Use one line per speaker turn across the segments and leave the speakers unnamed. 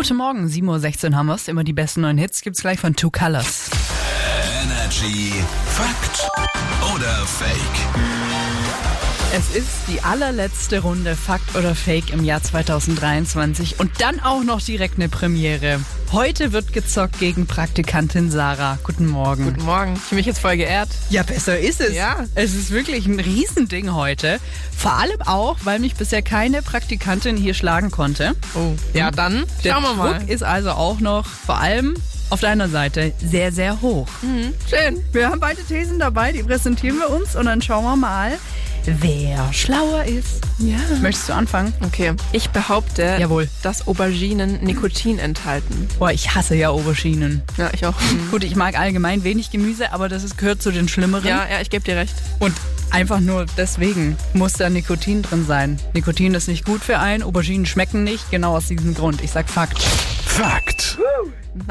Guten Morgen, 7.16 Uhr haben wir's. Immer die besten neuen Hits gibt's gleich von Two Colors.
Energy Fakt oder Fake?
Es ist die allerletzte Runde Fakt oder Fake im Jahr 2023 und dann auch noch direkt eine Premiere. Heute wird gezockt gegen Praktikantin Sarah. Guten Morgen.
Guten Morgen. Ich fühle mich jetzt voll geehrt.
Ja, besser ist es.
Ja.
Es ist wirklich ein Riesending heute. Vor allem auch, weil mich bisher keine Praktikantin hier schlagen konnte.
Oh. Ja, dann
Der
schauen wir mal.
Druck ist also auch noch, vor allem auf deiner Seite, sehr, sehr hoch.
Schön.
Wir haben beide Thesen dabei, die präsentieren wir uns und dann schauen wir mal, wer schlauer ist.
Ja.
Möchtest du anfangen?
Okay. Ich behaupte,
Jawohl.
dass Auberginen Nikotin enthalten.
Boah, ich hasse ja Auberginen.
Ja, ich auch.
Gut, ich mag allgemein wenig Gemüse, aber das ist, gehört zu den Schlimmeren.
Ja, ja, ich gebe dir recht.
Und einfach nur deswegen muss da Nikotin drin sein. Nikotin ist nicht gut für einen, Auberginen schmecken nicht, genau aus diesem Grund. Ich sag Fakt.
Fakt.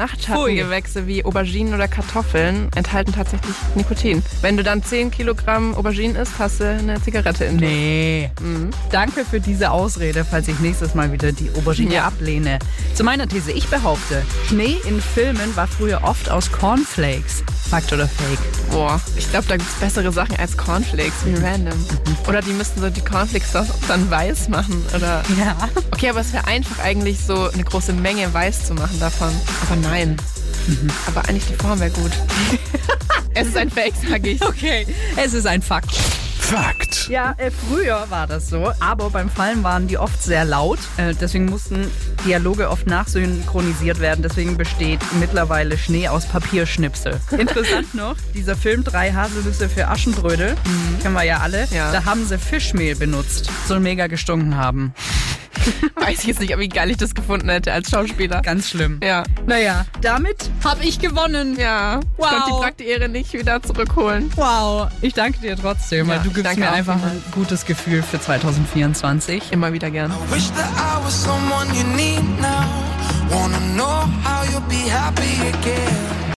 Nachtschattengewächse wie Auberginen oder Kartoffeln enthalten tatsächlich Nikotin. Wenn du dann 10 Kilogramm Auberginen isst, hast du eine Zigarette in dir.
Nee. Mhm. Danke für diese Ausrede, falls ich nächstes Mal wieder die Aubergine
Ja.
ablehne. Zu meiner These, ich behaupte, Schnee in Filmen war früher oft aus Cornflakes. Fakt oder Fake?
Boah, ich glaube, da gibt's bessere Sachen als Cornflakes, wie random. Oder die müssten so die Cornflakes doch dann weiß machen. Oder
Ja.
Okay, aber es wäre einfach eigentlich so eine große Menge weiß zu machen davon. Aber nein. Aber eigentlich die Form wäre gut. es ist ein Fake, sag ich.
Okay, es ist ein Fakt.
Fakt.
Ja, äh, früher war das so, aber beim Fallen waren die oft sehr laut. Äh, deswegen mussten Dialoge oft nachsynchronisiert werden. Deswegen besteht mittlerweile Schnee aus Papierschnipsel. Interessant noch, dieser Film Drei Haselnüsse für Aschenbrödel, kennen wir ja alle,
Mhm. Ja.
da haben sie Fischmehl benutzt. Soll mega gestunken haben.
Weiß ich jetzt nicht, wie geil ich das gefunden hätte als Schauspieler.
Ganz schlimm.
Ja.
Naja, damit habe ich gewonnen.
Ja.
Wow.
Ich konnte die Praktiere nicht wieder zurückholen.
Wow, ich danke dir trotzdem,
Ja,
weil du
ich
gibst
danke
mir
auch
einfach ein
vielmals.
gutes Gefühl für 2024.
Immer wieder gern.
Wish that I was someone you need now. Wanna know how you'll be happy again.